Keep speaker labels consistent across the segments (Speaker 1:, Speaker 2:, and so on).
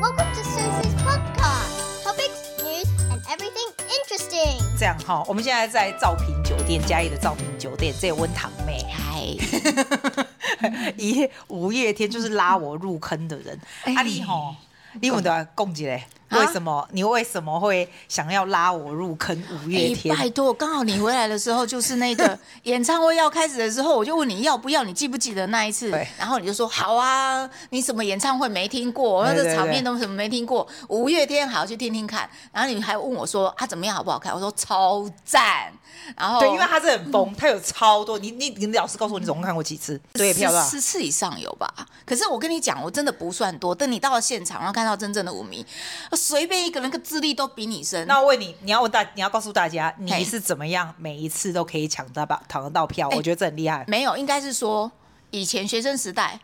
Speaker 1: Welcome to Susie's podcast. Topics, news, and everything interesting.
Speaker 2: 这样哈，我们现在在兆平酒店，嘉义的兆平酒店，这温堂妹，
Speaker 3: 嗨，
Speaker 2: 一五月天就是拉我入坑的人。
Speaker 3: 哎啊
Speaker 2: 阿丽吼，你们都要共起来，为什么、你为什么会想要拉我入坑五月
Speaker 3: 哎
Speaker 2: 天？
Speaker 3: 拜托，刚好你回来的时候就是 那个演唱会要开始的时候，我就问你要不要，你记不记得那一次
Speaker 2: 对？
Speaker 3: 然后你就说好啊，你什么演唱会没听过，那
Speaker 2: 对
Speaker 3: 个
Speaker 2: 对
Speaker 3: 场面都什么没听过，五月天好去听听看。然后你还问我说他、啊、怎么样好不好看，我说超赞。然后
Speaker 2: 对，因为他是很疯，他有超多。你你你老师告诉我，你总共看过几次？对，
Speaker 3: 十
Speaker 2: 票吧？
Speaker 3: 十次以上有吧？可是我跟你讲，我真的不算多。等你到了现场，然后看到真正的舞迷，随便一个人个资历都比你深。
Speaker 2: 那我问你，你要问大，你要告诉大家，
Speaker 3: 嘿
Speaker 2: 你是怎么样每一次都可以抢到吧，抢得到票？
Speaker 3: 哎
Speaker 2: 我觉得这很厉害。
Speaker 3: 没有，应该是说以前学生时代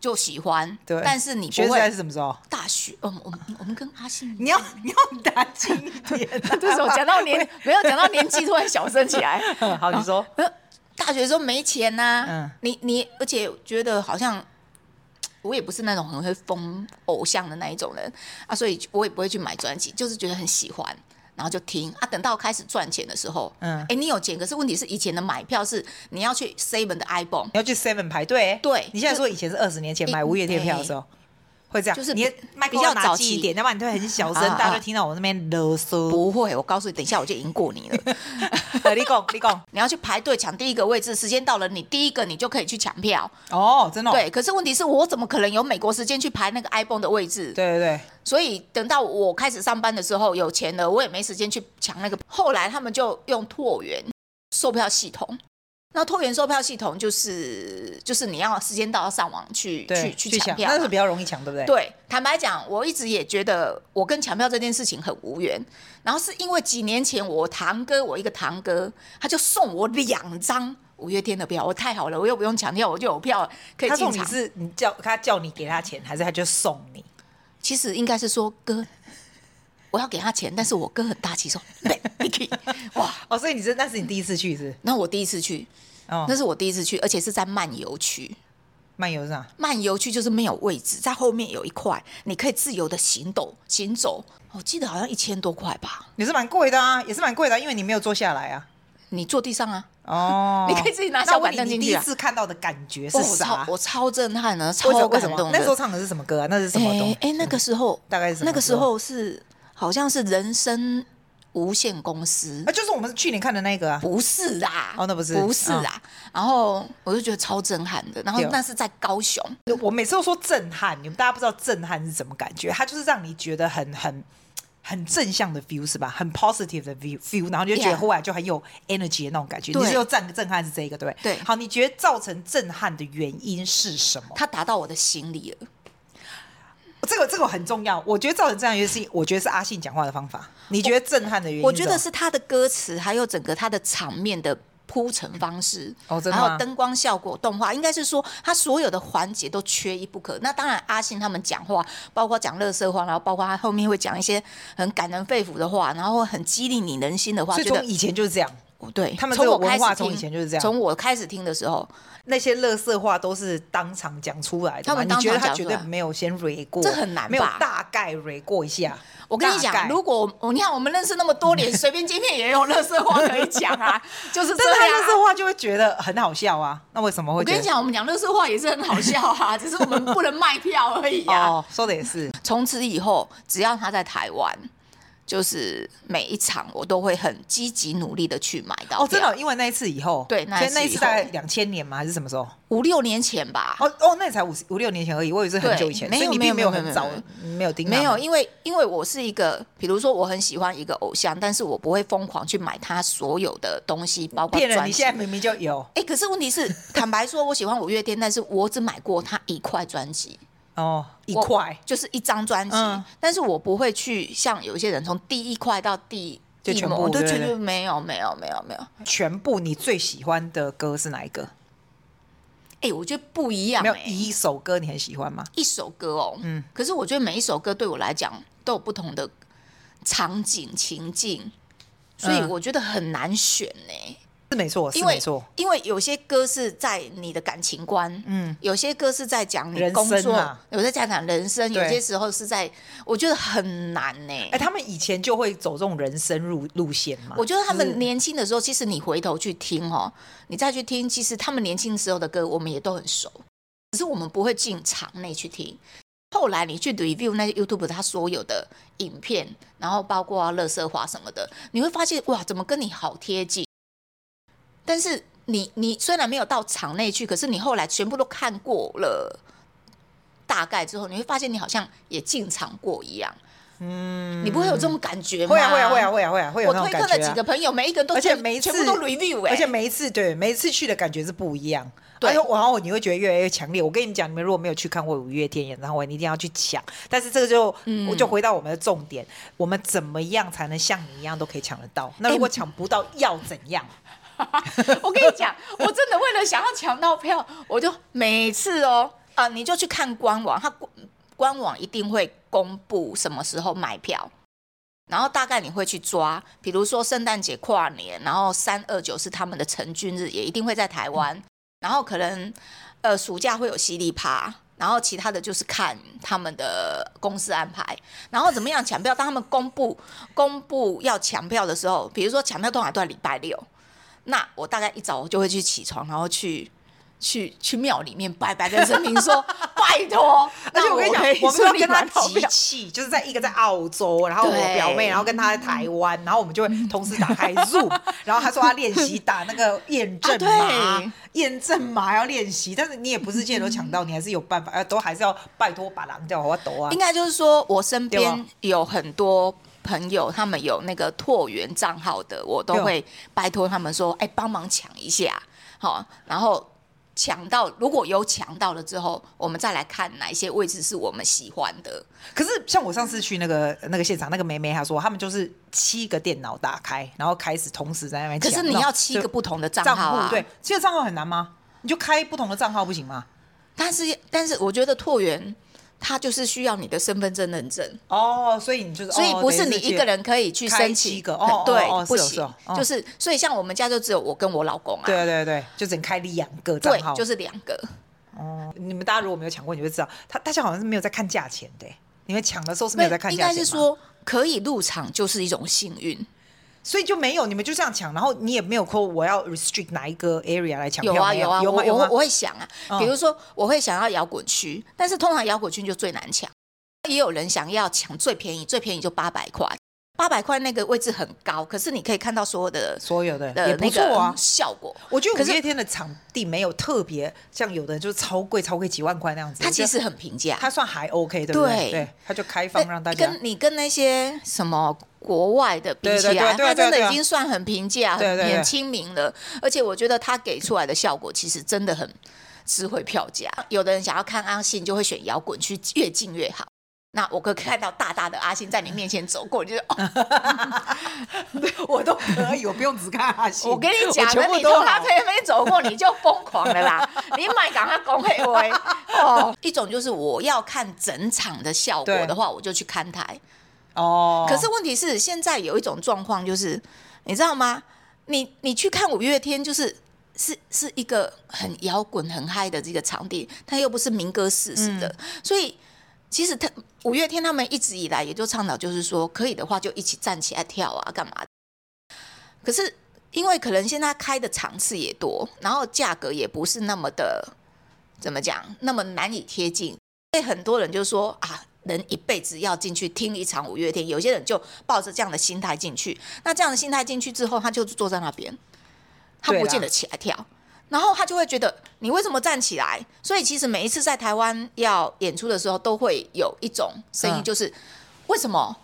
Speaker 3: 就喜欢，
Speaker 2: 对，
Speaker 3: 但是你
Speaker 2: 学生
Speaker 3: 不
Speaker 2: 时代
Speaker 3: 会
Speaker 2: 是什么时候？
Speaker 3: 大学，嗯，我们我们跟阿信
Speaker 2: 你要你要打轻一点、 啊。
Speaker 3: 这时候讲到年没有讲到年纪，突然小声起来。
Speaker 2: 好，你说。
Speaker 3: 呃大学的时候没钱呐、
Speaker 2: 嗯
Speaker 3: 你你而且觉得好像。我也不是那种很会疯偶像的那一种人啊，所以我也不会去买专辑，就是觉得很喜欢，然后就听啊。等到开始赚钱的时候，嗯，
Speaker 2: 嗯
Speaker 3: 哎、你有钱，可是问题是以前的买票是你要去 Seven 的 iPhone，
Speaker 2: 你要去 Seven 排队。欸
Speaker 3: 对
Speaker 2: 你现在说以前是二十年前买
Speaker 3: 一
Speaker 2: 五月天票的时候，会这样，
Speaker 3: 就是
Speaker 2: 你的
Speaker 3: 比
Speaker 2: 麦克
Speaker 3: 比较
Speaker 2: 风拿
Speaker 3: 早
Speaker 2: 近一
Speaker 3: 期
Speaker 2: 点，要不然你会很小声
Speaker 3: 啊，啊
Speaker 2: 大家就听到我那边啰 嗦。呃
Speaker 3: 不会，我告诉你，等一下我就赢过 你了。
Speaker 2: 你讲，你讲，
Speaker 3: 你要去排队抢第一个位置，时间到了，你第一个你就可以去抢票。
Speaker 2: 哦，真的哦。
Speaker 3: 对，可是问题是我怎么可能有美国时间去排那个 iPhone 的位置？
Speaker 2: 对对对，
Speaker 3: 所以等到我开始上班的时候，有钱了，我也没时间去抢那个。后来他们就用拓元售票系统。那拓元售票系统就是就是你要时间到要上网去
Speaker 2: 对
Speaker 3: 去去抢票嘛，
Speaker 2: 那是比较容易抢，对不对？
Speaker 3: 对，坦白讲，我一直也觉得我跟抢票这件事情很无缘。然后是因为几年前我堂哥，我一个堂哥，他就送我两张五月天的票，我太好了，我又不用抢票，我就有票了可以
Speaker 2: 他
Speaker 3: 进
Speaker 2: 送你
Speaker 3: 场。
Speaker 2: 是你叫他叫你给他钱，还是他就送你？
Speaker 3: 其实应该是说哥，我要给他钱，但是我哥很大气说，对，你可以哇。
Speaker 2: 哦，所以你是那是你第一次去是？
Speaker 3: 那我第一次去，
Speaker 2: 哦
Speaker 3: 那，是我第一次去，而且是在漫游区。
Speaker 2: 漫游上
Speaker 3: 漫游区就是没有位置，在后面有一块，你可以自由的行走行走。我记得好像一千多块吧，
Speaker 2: 也是蛮贵的啊，也是蛮贵的啊，因为你没有坐下来啊。
Speaker 3: 你坐地上啊，
Speaker 2: 哦，
Speaker 3: 你可以自己拿
Speaker 2: 那
Speaker 3: 小
Speaker 2: 我问
Speaker 3: 板
Speaker 2: 你
Speaker 3: 凳
Speaker 2: 你
Speaker 3: 进
Speaker 2: 第
Speaker 3: 去
Speaker 2: 一
Speaker 3: 啊。
Speaker 2: 次看到的感觉
Speaker 3: 哦
Speaker 2: 是
Speaker 3: 我超
Speaker 2: 啥？
Speaker 3: 我超震撼的，
Speaker 2: 为什
Speaker 3: 超
Speaker 2: 么？为什
Speaker 3: 感
Speaker 2: 么
Speaker 3: 动？的。
Speaker 2: 那时候唱的是什么歌啊？那是什么东
Speaker 3: 哎哎，那个时候
Speaker 2: 大概是什么
Speaker 3: 那个
Speaker 2: 时
Speaker 3: 时
Speaker 2: 候
Speaker 3: 候是好像是人生无限公 司
Speaker 2: 啊，，就是我们去年看的那个啊。
Speaker 3: 不是啦，
Speaker 2: 哦那不是
Speaker 3: 不是啦。然后我就觉得超震撼的，然后
Speaker 2: 对
Speaker 3: 那是在高雄，
Speaker 2: 我每次都说震撼，你们大家不知道震撼是什么感觉，它就是让你觉得很很很正向的 view 是吧？很 positive 的 view view，然后你就觉得
Speaker 3: Yeah
Speaker 2: 忽然就很有 energy 的那种感觉。
Speaker 3: 对
Speaker 2: 你是说震震撼是这个对不对？
Speaker 3: 对
Speaker 2: 好，你觉得造成震撼的原因是什么？
Speaker 3: 它打到我的心里了。
Speaker 2: 这个这个很重要，我觉得造成这样一件事情，我觉得是阿信讲话的方法。你觉得震撼的原因
Speaker 3: 我
Speaker 2: 什
Speaker 3: 觉
Speaker 2: 么
Speaker 3: 得是他的歌词，还有整个他的场面的铺陈方式，
Speaker 2: 哦真的
Speaker 3: 还
Speaker 2: 吗
Speaker 3: 有灯光效果、动画，应该是说他所有的环节都缺一不可。那当然，阿信他们讲话，包括讲乐色话，然后包括他后面会讲一些很感人肺腑的话，然后很激励你人心的话，
Speaker 2: 所以
Speaker 3: 觉
Speaker 2: 从
Speaker 3: 得
Speaker 2: 以前就是这样，
Speaker 3: 哦对
Speaker 2: 他们
Speaker 3: 从
Speaker 2: 这个
Speaker 3: 我开
Speaker 2: 文化
Speaker 3: 始
Speaker 2: 从
Speaker 3: 听，
Speaker 2: 以前就是这样
Speaker 3: 从我开始听的时候，
Speaker 2: 那些乐色话都是当场讲出来的嘛。
Speaker 3: 他们
Speaker 2: 你
Speaker 3: 当
Speaker 2: 觉得他
Speaker 3: 场讲
Speaker 2: 绝
Speaker 3: 出
Speaker 2: 对
Speaker 3: 来
Speaker 2: 没有先 re 过，
Speaker 3: 这很难
Speaker 2: 没有
Speaker 3: 吧
Speaker 2: 大概 re 过一下。
Speaker 3: 我跟你
Speaker 2: 大概
Speaker 3: 讲，如果我你看我们认识那么 多年，随便见面也有乐色话可以讲啊，就是这
Speaker 2: 但是他
Speaker 3: 样
Speaker 2: 那
Speaker 3: 啊。
Speaker 2: 时候话就会觉得很好笑啊。那为什么会
Speaker 3: 我
Speaker 2: 觉
Speaker 3: 跟
Speaker 2: 得？
Speaker 3: 你讲，我们讲乐色话也是很好笑啊， 只是我们不能卖票而已啊。
Speaker 2: 哦，说的也 是，
Speaker 3: 从此以后，只要他在台湾，就是每一场我都会很积极努力的去买到票。
Speaker 2: 哦，真的哦，因为那一次以后，
Speaker 3: 对那一
Speaker 2: 所
Speaker 3: 次
Speaker 2: 以那一
Speaker 3: 以
Speaker 2: 次
Speaker 3: 后
Speaker 2: 大概两千年吗？还是什么时候？
Speaker 3: 五六年前吧，
Speaker 2: 哦哦，那也才五十五六年前而已，我以为是很久以前，
Speaker 3: 对
Speaker 2: 所以你
Speaker 3: 没
Speaker 2: 并
Speaker 3: 有
Speaker 2: 没
Speaker 3: 没
Speaker 2: 有
Speaker 3: 有
Speaker 2: 很
Speaker 3: 没有
Speaker 2: 早
Speaker 3: 没有，
Speaker 2: 没有盯到
Speaker 3: 没有，因为因为我是一个，比如说我很喜欢一个偶像，但是我不会疯狂去买他所有的东西，包括
Speaker 2: 骗人，
Speaker 3: 专
Speaker 2: 你
Speaker 3: 辑。
Speaker 2: 现在明明就有
Speaker 3: 哎、可是问题是，坦白说，我喜欢五月天，但是我只买过他一块专辑。
Speaker 2: 哦一
Speaker 3: 我
Speaker 2: 块，
Speaker 3: 就是一张专辑，
Speaker 2: 嗯
Speaker 3: 但是我不会去像有一些人从第一块到第
Speaker 2: 就
Speaker 3: 一
Speaker 2: 全
Speaker 3: 模
Speaker 2: 部
Speaker 3: 我都
Speaker 2: 对
Speaker 3: 觉
Speaker 2: 对
Speaker 3: 得没有没有没有没有，
Speaker 2: 全部你最喜欢的歌是哪一个？
Speaker 3: 哎、我觉得不一样、
Speaker 2: 没有
Speaker 3: 哎
Speaker 2: 一首歌你很喜欢吗？
Speaker 3: 一首歌哦，嗯，可是我觉得每一首歌对我来讲都有不同的场景情境，所以
Speaker 2: 嗯
Speaker 3: 我觉得很难选呢、欸
Speaker 2: 是没错，是
Speaker 3: 因
Speaker 2: 没
Speaker 3: 为
Speaker 2: 错，
Speaker 3: 因为有些歌是在你的感情观，
Speaker 2: 嗯
Speaker 3: 嗯，有些歌是在讲你
Speaker 2: 人
Speaker 3: 工
Speaker 2: 生
Speaker 3: 作，
Speaker 2: 啊
Speaker 3: 有些在讲人生，
Speaker 2: 对
Speaker 3: 有些时候是在，我觉得很难欸呢、
Speaker 2: 哎、他们以前就会走这种人生路路线嘛。
Speaker 3: 我觉得他
Speaker 2: 就是
Speaker 3: 们年轻的时候，其实你回头去听哦，你再去听，其实他们年轻时候的歌，我们也都很熟，只是我们不会进场内去听。后来你去 review 那些 YouTube 它所有的影片，然后包括乐色话什么的，你会发现哇，怎么跟你好贴近？但是你你虽然没有到场内去，可是你后来全部都看过了，大概之后你会发现你好像也进场过一样。嗯，你不会有这种感觉吗？
Speaker 2: 会啊会啊会啊会啊会啊会有
Speaker 3: 我
Speaker 2: 那种
Speaker 3: 推
Speaker 2: 感
Speaker 3: 坑
Speaker 2: 觉、啊。
Speaker 3: 了几个朋友，每一个人都
Speaker 2: 而且
Speaker 3: 推
Speaker 2: 每一次
Speaker 3: 全部都 review 哎、
Speaker 2: 而且每一次对每一次去的感觉是不一样。
Speaker 3: 对
Speaker 2: 而且然后你会觉得越来越强烈。我跟你讲，你们如果没有去看过五月天演唱会，你一定要去抢。但是这个就，
Speaker 3: 嗯
Speaker 2: 我就回到我们的重点，我们怎么样才能像你一样都可以抢得到？那如
Speaker 3: 哎
Speaker 2: 果抢不到，要怎样？
Speaker 3: 我跟你讲，我真的为了想要抢到票，我就每次哦啊、你就去看官网，它官官网一定会公布什么时候买票。然后大概你会去抓，比如说圣诞节、跨年，然后三二九是他们的成军日，也一定会在台
Speaker 2: 嗯
Speaker 3: 湾。然后可能呃暑假会有犀利趴，然后其他的就是看他们的公司安排。然后怎么样抢票？当他们公布公布要抢票的时候，比如说抢票通常都在礼拜六，那我大概一早我就会去起床，然后去。去去庙里面拜拜，跟神明 说拜托。
Speaker 2: 而且我跟你讲，
Speaker 3: 那可以
Speaker 2: 我们要
Speaker 3: 顺利
Speaker 2: 跟他
Speaker 3: 买到
Speaker 2: 集
Speaker 3: 票
Speaker 2: 气，就是在一个在澳洲，然后我
Speaker 3: 对
Speaker 2: 表妹，然后跟她在台湾，然后我们就会同时打 开 Zoom，然后她说她练习打那个验证
Speaker 3: 啊
Speaker 2: 码
Speaker 3: 对，
Speaker 2: 验证码要练习，但是你也不是现在都抢到，你还是有办法，呃，都还是要拜托把狼叫我抖啊
Speaker 3: 应。该就是说我身
Speaker 2: 对吧
Speaker 3: 边有很多朋友，他们有那个拓元账号的，我都
Speaker 2: 对
Speaker 3: 会拜托他们说，哎、帮忙抢一下，好，然后。抢到，如果有抢到了之后，我们再来看哪一些位置是我们喜欢的。
Speaker 2: 可是像我上次去那个那个现场，那个梅梅她说，他们就是七个电脑打开，然后开始同时在那边
Speaker 3: 可
Speaker 2: 抢。
Speaker 3: 是你要七个不同的账
Speaker 2: 账
Speaker 3: 号啊，
Speaker 2: 户，对，七个账号很难吗？你就开不同的账号不行吗？
Speaker 3: 但是但是我觉得拓元它就是需要你的身份证认证，
Speaker 2: 哦，所以你就是，
Speaker 3: 所以
Speaker 2: 哦
Speaker 3: 不是
Speaker 2: 等于
Speaker 3: 你一个人可以去
Speaker 2: 开
Speaker 3: 申
Speaker 2: 七
Speaker 3: 请
Speaker 2: 个哦
Speaker 3: 对，
Speaker 2: 哦哦
Speaker 3: 不
Speaker 2: 是哦
Speaker 3: 行，
Speaker 2: 是哦哦
Speaker 3: 就是所以像我们家就只有我跟我老公啊，
Speaker 2: 对对对，就只能开两个账
Speaker 3: 对
Speaker 2: 号。，
Speaker 3: 就是是两个。
Speaker 2: 你们大家如果没有抢过，你就知道，他大家好像是没有在看价钱的欸、你们抢的时候是没有在看
Speaker 3: 应
Speaker 2: 价钱
Speaker 3: 该
Speaker 2: 吗
Speaker 3: 是，说可以入场就是一种幸运。
Speaker 2: 所以就没有，你们就这样抢，然后你也没有说我要 restrict 哪一个 area 来抢票
Speaker 3: 有啊
Speaker 2: 没
Speaker 3: 有啊，
Speaker 2: 有
Speaker 3: 我
Speaker 2: 吗
Speaker 3: 我
Speaker 2: 有
Speaker 3: 我
Speaker 2: 吗？
Speaker 3: 会想
Speaker 2: 嗯
Speaker 3: 啊，比如说我会想要摇滚区，但是通常摇滚区就最难抢。也有人想要抢最便宜，最便宜就八百块，八百块那个位置很高，可是你可以看到所有的
Speaker 2: 所有的也
Speaker 3: 的
Speaker 2: 不
Speaker 3: 那
Speaker 2: 错啊
Speaker 3: 个。效果。
Speaker 2: 我觉得
Speaker 3: 可
Speaker 2: 五
Speaker 3: 是
Speaker 2: 月天的场地没有特别像有的人就是超贵，超贵几万块那样子。
Speaker 3: 它
Speaker 2: 我觉
Speaker 3: 其
Speaker 2: 得
Speaker 3: 实很平价，
Speaker 2: 它算还 OK，对不对？
Speaker 3: 对
Speaker 2: 对，它就开放
Speaker 3: 那
Speaker 2: 让大家。
Speaker 3: 跟你跟那些什么国外的比
Speaker 2: 对
Speaker 3: 起
Speaker 2: 对对
Speaker 3: 来，
Speaker 2: 对对
Speaker 3: 它真
Speaker 2: 对
Speaker 3: 的
Speaker 2: 对
Speaker 3: 已经算很平价、
Speaker 2: 对对
Speaker 3: 很
Speaker 2: 对
Speaker 3: 很亲民了。而且我觉得它给出来的效果其实真的很值回票价。有的人想要看阿信，就会选摇滚区，越近越好。那我可以看到大大的阿信在你面前走过，你就哦，
Speaker 2: 我都可以，我不用只看阿信。
Speaker 3: 我跟你讲，
Speaker 2: 我全
Speaker 3: 等
Speaker 2: 部
Speaker 3: 你
Speaker 2: 都
Speaker 3: 从
Speaker 2: 好
Speaker 3: 他前面走 过，你就疯狂了啦！你买港他公黑威哦。一种就是我要看整场的效果
Speaker 2: 对
Speaker 3: 的话，我就去看台。
Speaker 2: 哦。
Speaker 3: 可是问题是，现在有一种状况就是，你知道吗？你你去看五月天，就是是是一个很摇滚、很嗨的这个场地，它又不是民歌四十的，所以其实他五月天他们一直以来也就倡导，就是说可以的话就一起站起来跳啊，干嘛的？可是因为可能现在开的场次也多，然后价格也不是那么的怎么讲，那么难以贴近，所以很多人就说啊，人一辈子要进去听一场五月天，有些人就抱着这样的心态进去，那这样的心态进去之后，他就坐在那边，他
Speaker 2: 对
Speaker 3: 不
Speaker 2: 啦
Speaker 3: 见得起来跳。然后他就会觉得你为什么站起来？所以其实每一次在台湾要演出的时候，都会有一种声音，
Speaker 2: 嗯
Speaker 3: 就是、为什么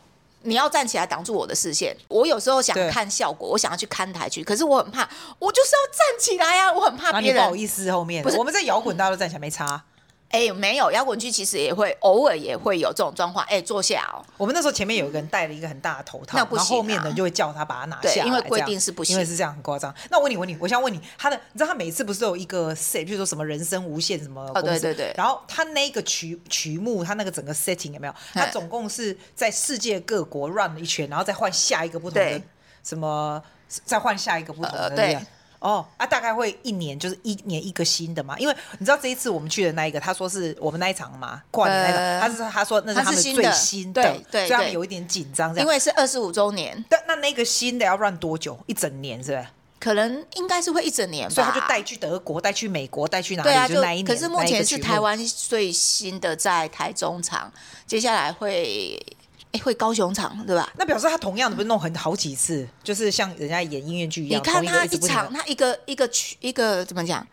Speaker 3: 你要站起来挡住我的视线？我有时候想
Speaker 2: 对
Speaker 3: 看效果，我想要去看台去，可是我很怕，我就是要站起来啊，我很怕
Speaker 2: 啊，
Speaker 3: 别
Speaker 2: 你不
Speaker 3: 人。
Speaker 2: 好意思，后面
Speaker 3: 不是
Speaker 2: 我们在摇滚，大家都站起来没差。啊
Speaker 3: 哎、没有摇滚区其实也会偶尔也会有这种状况，哎、坐下哦。
Speaker 2: 我们那时候前面有一个人戴了一个很大的头套，
Speaker 3: 那不
Speaker 2: 然
Speaker 3: 行啊
Speaker 2: 后后面的人就会叫他把它拿下来
Speaker 3: 对因为
Speaker 2: 这样
Speaker 3: 规定是不行
Speaker 2: 因为是这样很夸张。那我问你，问你，我想问你，他的你知道他每次不是都有一个 set，比如说什么人生无限什么公司、
Speaker 3: 哦对对对
Speaker 2: 然后他那个曲曲目，他那个整个 setting 有没有？他总共是在世界各国 run 了一圈，然后再换下一个不同的
Speaker 3: 对
Speaker 2: 什么，再换下一个不同的、
Speaker 3: 呃
Speaker 2: 对不对
Speaker 3: 对
Speaker 2: 哦，啊，大概会一年就是一年一个新的嘛，因为你知道这一次我们去的那一个，他说是我们那一场嘛，跨年那一场，
Speaker 3: 呃
Speaker 2: 他是他说那是
Speaker 3: 它是
Speaker 2: 他们
Speaker 3: 新
Speaker 2: 最
Speaker 3: 的
Speaker 2: 新
Speaker 3: 对对
Speaker 2: 所以他们
Speaker 3: 对
Speaker 2: 有一点紧张这样。
Speaker 3: 因为是二十五周年，
Speaker 2: 但那那个新的要 run 多久？一整年是不是？
Speaker 3: 可能应该是会一整年吧。
Speaker 2: 所以他就带去德国，带去美国，带去哪里？
Speaker 3: 对啊，
Speaker 2: 就那一年。
Speaker 3: 可是目
Speaker 2: 那一个
Speaker 3: 前是
Speaker 2: 曲目
Speaker 3: 台湾最新的在台中场，接下来会哎会高雄场对吧？
Speaker 2: 那表示他同样的不是弄很好几次，就是像人家演音乐剧一
Speaker 3: 你
Speaker 2: 样，
Speaker 3: 看
Speaker 2: 同
Speaker 3: 他
Speaker 2: 一个
Speaker 3: 一
Speaker 2: 一直不
Speaker 3: 场，
Speaker 2: 停地
Speaker 3: 他一个一个区一个怎么讲？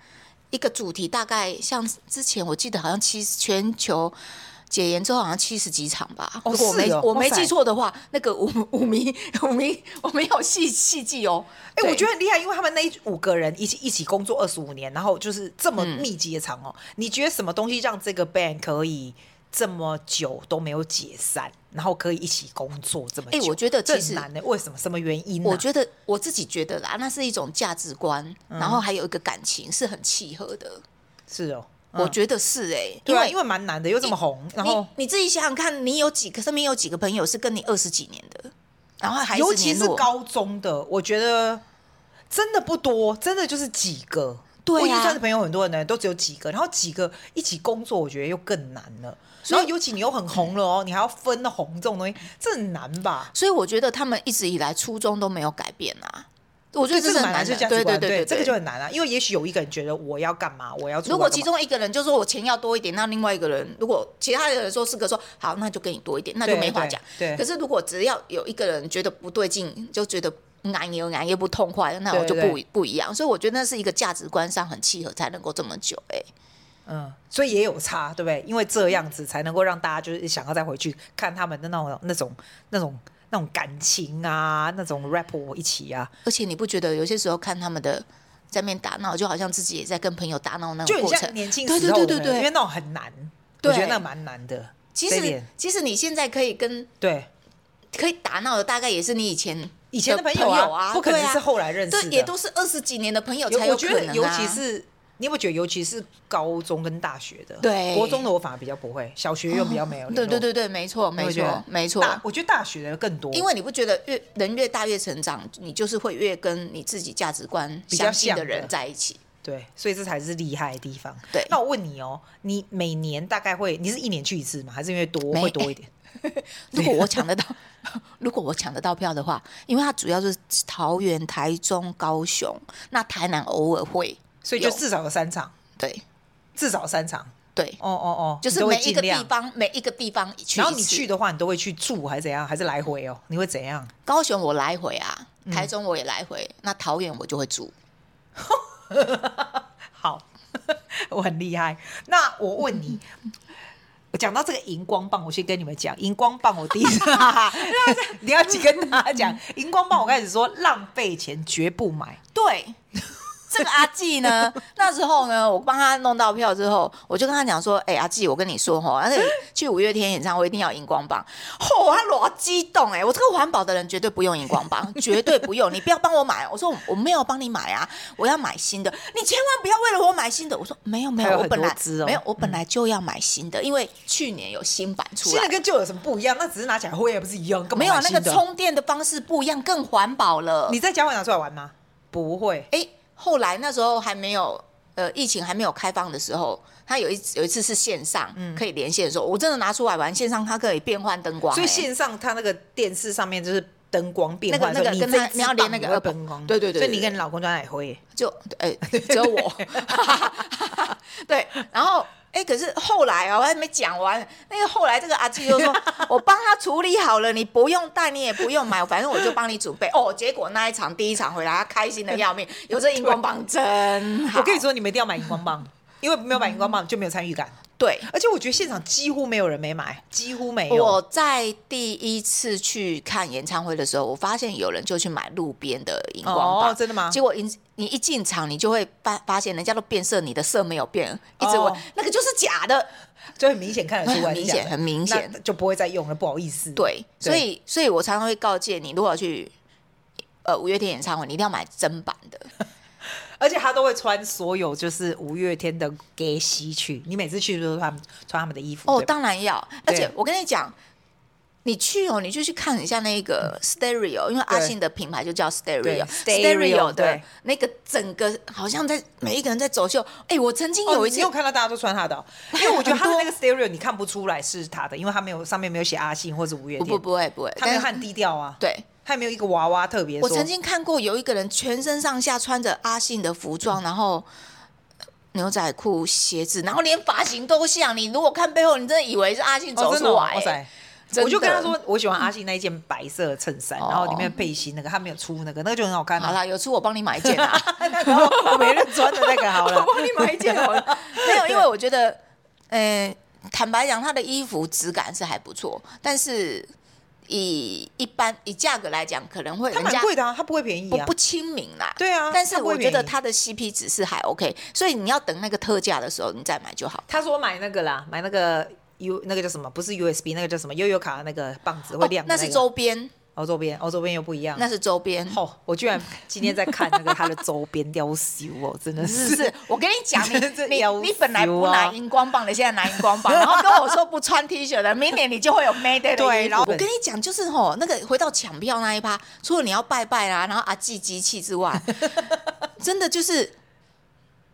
Speaker 3: 一个主题大概像之前我记得好像七十全球解严之后好像七十几场吧，
Speaker 2: 哦
Speaker 3: 如果我
Speaker 2: 是
Speaker 3: 没、
Speaker 2: 哦
Speaker 3: 我没
Speaker 2: 哇塞
Speaker 3: 记错的话，那个五五迷五迷我没有细细记哦。
Speaker 2: 哎、我觉
Speaker 3: 得
Speaker 2: 得很厉害，因为他们那一五个人一起一起工作二十五年，然后就是这么密集的场哦、你觉得什么东西让这个 band 可以这么久都没有解散，然后可以一起工作这么久？
Speaker 3: 哎我觉得
Speaker 2: 这很
Speaker 3: 其实
Speaker 2: 难呢、为什么？什么原因、啊？
Speaker 3: 我觉得我自己觉得啦，那是一种价值观，然
Speaker 2: 嗯
Speaker 3: 后还有一个感情是很契合的，
Speaker 2: 是哦、
Speaker 3: 我
Speaker 2: 得
Speaker 3: 觉得是哎、
Speaker 2: 对、
Speaker 3: 因
Speaker 2: 啊，
Speaker 3: 为
Speaker 2: 因为蛮难的，又这么红，然后
Speaker 3: 你你自己想想看，你有几个身边有几个朋友是跟你二十几年的，然后还一直
Speaker 2: 尤其
Speaker 3: 联
Speaker 2: 是
Speaker 3: 络
Speaker 2: 高中的，我觉得真的不多，真的就是几个。
Speaker 3: 对啊
Speaker 2: 我已经算是朋友很多人呢，都只有几个，然后几个一起工作，我觉得又更难了。然后尤其你又很红了哦，你还要分红这种东西，这很难吧？
Speaker 3: 所以我觉得他们一直以来初衷都没有改变啊。我觉得
Speaker 2: 这
Speaker 3: 是
Speaker 2: 个
Speaker 3: 很
Speaker 2: 蛮
Speaker 3: 难
Speaker 2: 难
Speaker 3: 的
Speaker 2: 是价值
Speaker 3: 对对
Speaker 2: 观，
Speaker 3: 对对，
Speaker 2: 这个就
Speaker 3: 对
Speaker 2: 很难啊。因为也许有一个人觉得我要干嘛，我要出来
Speaker 3: 如果
Speaker 2: 干
Speaker 3: 其
Speaker 2: 嘛
Speaker 3: 中一个人就说我钱要多一点，那另外一个人如果其他的人说四个说好，那就给你多一点，那就
Speaker 2: 对
Speaker 3: 没话
Speaker 2: 对
Speaker 3: 讲。
Speaker 2: 对
Speaker 3: 可是如果只要有一个人觉得不对劲，就觉得嗯俺也俺也不痛快，那我
Speaker 2: 对
Speaker 3: 就
Speaker 2: 对
Speaker 3: 不一不一样。所以我觉得那是一个价值观上很契合，才能够这么久、哎，
Speaker 2: 嗯，所以也有差，对不对？因为这样子才能够让大家就是想要再回去看他们的那种那种那种那种感情啊，那种 rap 我一起啊，
Speaker 3: 而且你不觉得有些时候看他们的在面打闹，就好像自己也在跟朋友打闹那
Speaker 2: 就
Speaker 3: 种
Speaker 2: 很
Speaker 3: 过
Speaker 2: 像
Speaker 3: 程？
Speaker 2: 年轻
Speaker 3: 对
Speaker 2: 时
Speaker 3: 对
Speaker 2: 候
Speaker 3: 对
Speaker 2: 的那种
Speaker 3: 对
Speaker 2: 因为
Speaker 3: 对。
Speaker 2: 那种很难，我
Speaker 3: 对
Speaker 2: 觉得那蛮难的。
Speaker 3: 其
Speaker 2: 这一
Speaker 3: 实
Speaker 2: 点
Speaker 3: 其实你现在可以跟
Speaker 2: 对
Speaker 3: 可以打闹的，大概也是你以前
Speaker 2: 以前的朋友
Speaker 3: 友
Speaker 2: 啊，不可能是
Speaker 3: 对啊
Speaker 2: 后来认识
Speaker 3: 对，
Speaker 2: 的，
Speaker 3: 也都是二十几年的朋友
Speaker 2: 有
Speaker 3: 才
Speaker 2: 我
Speaker 3: 可
Speaker 2: 觉
Speaker 3: 能、啊、
Speaker 2: 得，尤其是你有没有觉得，尤其是高中跟大学的，
Speaker 3: 对
Speaker 2: 国中的我反而比较不会，小学又比较没有联络、
Speaker 3: 对对对对，没错
Speaker 2: 你
Speaker 3: 没
Speaker 2: 会觉得
Speaker 3: 错没错。
Speaker 2: 大我觉得大学的更多，
Speaker 3: 因为你不觉得越人越大越成长，你就是会越跟你自己价值观
Speaker 2: 比较
Speaker 3: 相近
Speaker 2: 像
Speaker 3: 的
Speaker 2: 的
Speaker 3: 人在一起。
Speaker 2: 对，所以这才是厉害的地方。
Speaker 3: 对
Speaker 2: 那我问你哦，你每年大概会，你是一年去一次吗？还是因为多
Speaker 3: 没
Speaker 2: 会多 一点？
Speaker 3: 如果我抢得到， 如果我抢得到票的话，因为它主要是桃园、台中、高雄，那台南偶尔会，
Speaker 2: 所以就
Speaker 3: 有
Speaker 2: 至少有三场，
Speaker 3: 对
Speaker 2: 至少三场。
Speaker 3: 对，
Speaker 2: 哦哦哦，
Speaker 3: 就
Speaker 2: 你
Speaker 3: 是
Speaker 2: 都会
Speaker 3: 每一
Speaker 2: 尽
Speaker 3: 个
Speaker 2: 量
Speaker 3: 地方每一个地方去一次。
Speaker 2: 然后你去的话，你都会去住还是怎样？还是来回哦？你会怎样？
Speaker 3: 高雄我来回啊，台中我也来回，那桃园我就会住。
Speaker 2: 好， 我很厉害。那我问你， 我讲到这个荧光棒，我先跟你们讲，荧光棒我第一次， 你要去跟大家讲，荧光棒我开始说浪费钱绝不买，
Speaker 3: 对， 这个阿纪呢， 那时候呢，我帮他弄到票之后，我就跟他讲说：“哎、阿纪，我跟你说哈，而且去五月天演唱会一定要荧光棒。” 哦，他多激动哎、我这个环保的人绝对不用荧光棒， 绝对不用，你不要帮我买。我说我我没有帮你买啊，我要买新的，你千万不要为了我买新的。我说没有没
Speaker 2: 还
Speaker 3: 有，
Speaker 2: 有
Speaker 3: 我
Speaker 2: 很
Speaker 3: 本
Speaker 2: 多
Speaker 3: 来
Speaker 2: 支哦
Speaker 3: 没有，我本来就要买新的，因为去年有新版出
Speaker 2: 新
Speaker 3: 来
Speaker 2: 的。跟旧有什么不一样？那只是拿起来灰也不是一样，干嘛
Speaker 3: 没有啊
Speaker 2: 买
Speaker 3: 那
Speaker 2: 新
Speaker 3: 个
Speaker 2: 的，
Speaker 3: 充电的方式不一样，更环保了。
Speaker 2: 你在家会拿出来玩吗？不会，
Speaker 3: 哎，后来那时候还没有呃疫情还没有开放的时候，他有一有一次是线上、
Speaker 2: 嗯
Speaker 3: 可以连线的时候，我真的拿出来玩，线上它可以变换灯光、
Speaker 2: 所以
Speaker 3: 哎
Speaker 2: 线上它那个电视上面就是。灯光变
Speaker 3: 那个
Speaker 2: 换的时候，
Speaker 3: 那个跟它
Speaker 2: 这一支
Speaker 3: 你要连那个
Speaker 2: 棒也会灯光，
Speaker 3: 对对对
Speaker 2: 所以你
Speaker 3: 对
Speaker 2: 跟你老公就在那里挥，
Speaker 3: 就哎、 只有我，对，然后。哎，可是后来啊，我还没讲完。那个后来，这个阿七就 说：“我帮他处理好了，你不用带，你也不用买，反正我就帮你准备。”哦，结果那一场第一场回来，他开心的要命，有这荧光棒真好。
Speaker 2: 我跟你，说，你们一定要买荧光棒，因为没有买荧光 棒就没有参与感。
Speaker 3: 对，
Speaker 2: 而且我觉得现场几乎没有人没买，几乎没有。哦
Speaker 3: 我在第一次去看演唱会的时候，我发现有人就去买路边的荧光棒，
Speaker 2: 哦真的吗
Speaker 3: 结果一你一进场，你就会发发现人家都变色，你的色没有变，一直闻、
Speaker 2: 哦
Speaker 3: 那个就是假的。
Speaker 2: 就很明显看得出来，
Speaker 3: 很明显
Speaker 2: 是假的
Speaker 3: 很明显
Speaker 2: 那就不会再用了，不好意思。
Speaker 3: 对，
Speaker 2: 对
Speaker 3: 所以所以我常常会告诫你，如果要去呃五月天演唱会，你一定要买真版的。
Speaker 2: 而且他都会穿所有就是五月天的 gay 西去，你每次去都是他们穿他们的衣服。
Speaker 3: 哦，
Speaker 2: 对吧
Speaker 3: 当然要，而
Speaker 2: 对
Speaker 3: 且我跟你讲，你去哦，你就去看一下那个 Stereo，因为
Speaker 2: 嗯
Speaker 3: 阿
Speaker 2: 对
Speaker 3: 信的品牌就叫 Stereo。
Speaker 2: 对
Speaker 3: Stereo
Speaker 2: Stereo，
Speaker 3: 的
Speaker 2: 对
Speaker 3: 那个整个好像在每一个人在走秀。哎、我曾经
Speaker 2: 哦
Speaker 3: 有一次
Speaker 2: 你有看到大家都穿他的 哦、因为我觉得他的那个 stereo 你看不出来是他的，因为他没有上面没有写阿信或者五月
Speaker 3: 不
Speaker 2: 天，
Speaker 3: 不不会不会，
Speaker 2: 他没有
Speaker 3: 但
Speaker 2: 很低调啊，
Speaker 3: 对。
Speaker 2: 他也没有一个娃娃特别说。
Speaker 3: 我曾经看过有一个人全身上下穿着阿信的服装，然后牛仔裤、鞋子，然后连发型都像。你如果看背后，你真的以为是阿信
Speaker 2: 哦
Speaker 3: 走
Speaker 2: 真
Speaker 3: 出
Speaker 2: 的哦
Speaker 3: 来、
Speaker 2: 哇塞！
Speaker 3: 真的
Speaker 2: 我就跟他说，我喜欢阿信那一件白色的衬 衫，
Speaker 3: 哦
Speaker 2: 然后里面的背心那个，他没有出那个，那个就很好看啊。
Speaker 3: 好啦，有出我帮你买一件 啊，
Speaker 2: 然后我没认穿的那个好 了
Speaker 3: 我，帮你买一件好了。 没有，因为我觉得，呃，坦白讲，他的衣服质感是还不错，但是以一般以价格来讲，可能会
Speaker 2: 它
Speaker 3: 人
Speaker 2: 蛮
Speaker 3: 家
Speaker 2: 贵的啊，它不会便宜
Speaker 3: 不
Speaker 2: 啊
Speaker 3: 不。亲民啦。
Speaker 2: 对啊，
Speaker 3: 但是
Speaker 2: 它不
Speaker 3: 我
Speaker 2: 会
Speaker 3: 觉
Speaker 2: 便宜
Speaker 3: 得它的 CP 值是还 OK，所以你要等那个特价的时候你再买就好。
Speaker 2: 他说买那个啦，买那个 U 那个叫什么？不是 USB 那个叫什么？悠悠卡那个棒子会亮
Speaker 3: 哦
Speaker 2: 的
Speaker 3: 那啊
Speaker 2: 个、
Speaker 3: 是周边，
Speaker 2: 欧洲边，欧洲边又不一样。
Speaker 3: 那是周边。
Speaker 2: 哦，我居然今天在看那个他的周 边雕塑哦，真的
Speaker 3: 是不是，我跟你讲，你
Speaker 2: 这
Speaker 3: 你
Speaker 2: 要
Speaker 3: 你本来
Speaker 2: 求
Speaker 3: 不
Speaker 2: 啊
Speaker 3: 拿荧光棒的，现在拿荧光棒，然后跟我说不穿 T 恤的，明年你就会有 May Day 的
Speaker 2: 对
Speaker 3: 衣服
Speaker 2: 然后
Speaker 3: 我跟你讲，就是吼，那个回到抢票那一趴，除了你要拜拜啦，然后啊寄机器之 外，真的就是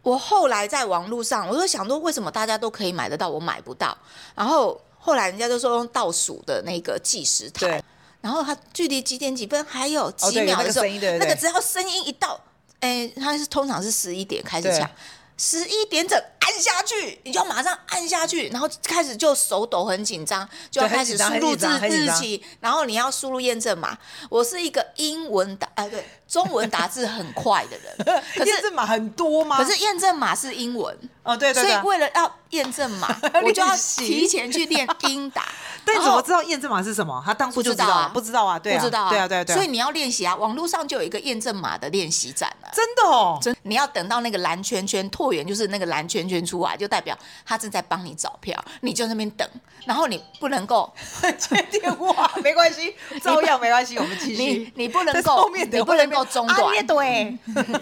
Speaker 3: 我后来在网络上，我就想说，为什么大家都可以买得到，我买不到？然后后来人家就说用倒数的那个计时台
Speaker 2: 对，
Speaker 3: 然后它距离几点几分还有几
Speaker 2: 哦对有
Speaker 3: 秒
Speaker 2: 那
Speaker 3: 的
Speaker 2: 个
Speaker 3: 时候，
Speaker 2: 声音对对
Speaker 3: 那个
Speaker 2: 对
Speaker 3: 只要声音一到，哎，它是通常是十一点开始
Speaker 2: 对
Speaker 3: 抢，十一点整按下去，你就马上按下去，然后开始就手抖很紧张，就要
Speaker 2: 对
Speaker 3: 开
Speaker 2: 很
Speaker 3: 始
Speaker 2: 紧
Speaker 3: 输
Speaker 2: 张
Speaker 3: 入
Speaker 2: 很
Speaker 3: 日
Speaker 2: 紧张很紧
Speaker 3: 日
Speaker 2: 张
Speaker 3: 期，然后你要输入验证码。我是一个英文打哎对中文打字很快 的人，可
Speaker 2: 验
Speaker 3: 是
Speaker 2: 证码很多吗？
Speaker 3: 可是验证码是英文。
Speaker 2: 哦，对对
Speaker 3: 所以
Speaker 2: 对，
Speaker 3: 为了要验证码，我就要
Speaker 2: 练习
Speaker 3: 提前去练 英打。
Speaker 2: 但你
Speaker 3: 然
Speaker 2: 怎
Speaker 3: 后
Speaker 2: 么知道验证码是什么？他当初就
Speaker 3: 哦不知道啊
Speaker 2: 啊，不知道啊，对啊，
Speaker 3: 不知道
Speaker 2: 对啊，对啊，对啊。
Speaker 3: 所以你要练习啊，网络上就有一个验证码的练习站啊。
Speaker 2: 真的哦，
Speaker 3: 真，你要等到那个蓝圈圈拓远，就是那个蓝圈圈出来，就代表他正在帮你找票，你就在那边等，然后你不能够，
Speaker 2: 接电话没关系，照样没关系，我们继
Speaker 3: 你
Speaker 2: 续。
Speaker 3: 你不能
Speaker 2: 但是
Speaker 3: 够
Speaker 2: 后，面啊
Speaker 3: 你不能够中断，
Speaker 2: 对，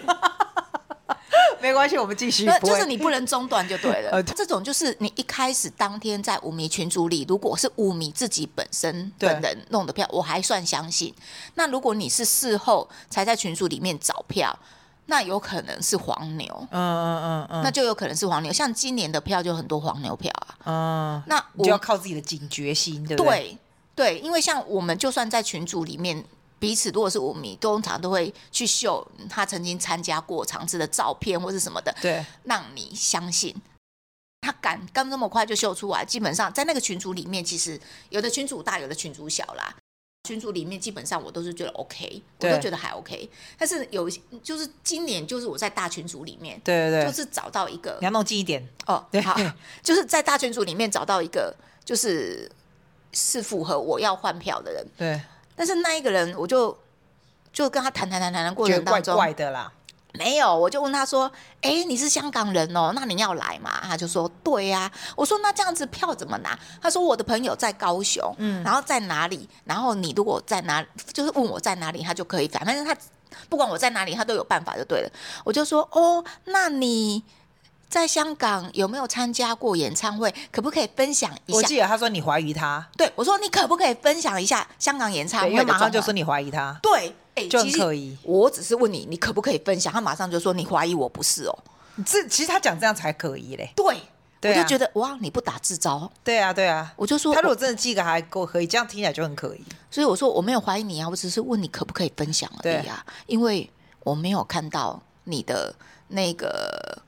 Speaker 2: 没关系，我们继续
Speaker 3: 那。
Speaker 2: 不
Speaker 3: 就
Speaker 2: 会
Speaker 3: 是你不能中断就对了。
Speaker 2: 呃
Speaker 3: 这种就是你一开始当天在舞迷群组里，如果是舞迷自己本身
Speaker 2: 对
Speaker 3: 本人弄的票，我还算相信。那如果你是事后才在群组里面找票，那有可能是黄牛，
Speaker 2: 嗯嗯嗯嗯，
Speaker 3: 那就有可能是黄牛。像今年的票就很多黄牛票啊。
Speaker 2: 嗯，
Speaker 3: 那
Speaker 2: 你就要
Speaker 3: 我
Speaker 2: 靠自己的警觉心，对不对？
Speaker 3: 对对，因为像我们就算在群组里面。彼此如果是舞迷，通常都会去秀他曾经参加过场次的照片或是什么的，
Speaker 2: 对
Speaker 3: 让你相信。他敢刚那么快就秀出来，基本上在那个群组里面，其实有的群组大，有的群组小啦。群组里面基本上我都是觉得 OK，我
Speaker 2: 对
Speaker 3: 都觉得还 OK。但是有一些就是今年就是我在大群组里面，
Speaker 2: 对对
Speaker 3: 就
Speaker 2: 对，
Speaker 3: 是找到一个
Speaker 2: 你要弄近一点。
Speaker 3: 哦，
Speaker 2: 对
Speaker 3: 好，就是在大群组里面找到一个就是是符合我要换票的人。
Speaker 2: 对，
Speaker 3: 但是那一个人，我就就跟他谈谈谈谈的过
Speaker 2: 觉得
Speaker 3: 程
Speaker 2: 怪
Speaker 3: 当中，
Speaker 2: 怪的啦。
Speaker 3: 没有，我就问他说：“哎，你是香港人哦，那你要来嘛？”他就说：“对呀、我说：“那这样子票怎么拿？”他说：“我的朋友在高雄，嗯，然后在哪里？然后你如果在哪，就是问我在哪里，他就可以。反正他不管我在哪里，他都有办法就对了。”我就说：“哦，那你在香港有没有参加过演唱会？可不可以分享一
Speaker 2: 我
Speaker 3: 下
Speaker 2: 记得他说你怀疑他？”，
Speaker 3: 对，我说：“你可不可以分享一下香港演唱
Speaker 2: 对，
Speaker 3: 会
Speaker 2: 因
Speaker 3: 的
Speaker 2: 为
Speaker 3: 状况？”
Speaker 2: 马上就说你怀疑他。
Speaker 3: 对，哎，
Speaker 2: 就很
Speaker 3: 其实
Speaker 2: 可疑
Speaker 3: 我只是问你，你可不可以分享？他马上就说你怀疑我不是哦。
Speaker 2: 这其实他讲这样才可疑嘞。
Speaker 3: 对，
Speaker 2: 对
Speaker 3: 我
Speaker 2: 啊
Speaker 3: 就觉得哇，你不打自招，
Speaker 2: 对啊，对啊。
Speaker 3: 我就说
Speaker 2: 他如
Speaker 3: 我
Speaker 2: 果真的记个还够可以，这样听起来就很可疑。
Speaker 3: 所以我说我没有怀疑你啊，我只是问你可不可以分享而已啊，因为我没有看到你的那个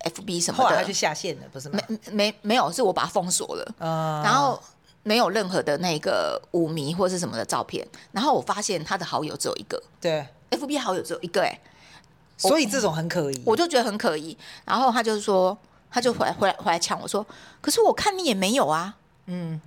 Speaker 3: FB 什么
Speaker 2: 后来他
Speaker 3: 的
Speaker 2: 就，下线了，不是吗
Speaker 3: 没？没没有，是我把它封锁了，
Speaker 2: 嗯，
Speaker 3: 然后。没有任何的那个舞迷或是什么的照片，然后我发现他的好友只有一个
Speaker 2: 对，
Speaker 3: ，FB 好友只有一个、哎，
Speaker 2: 所以这种很可疑。
Speaker 3: 我就觉得很可疑。然后他就说，他就回来回来回来抢我说，可是我看你也没有啊，
Speaker 2: 嗯，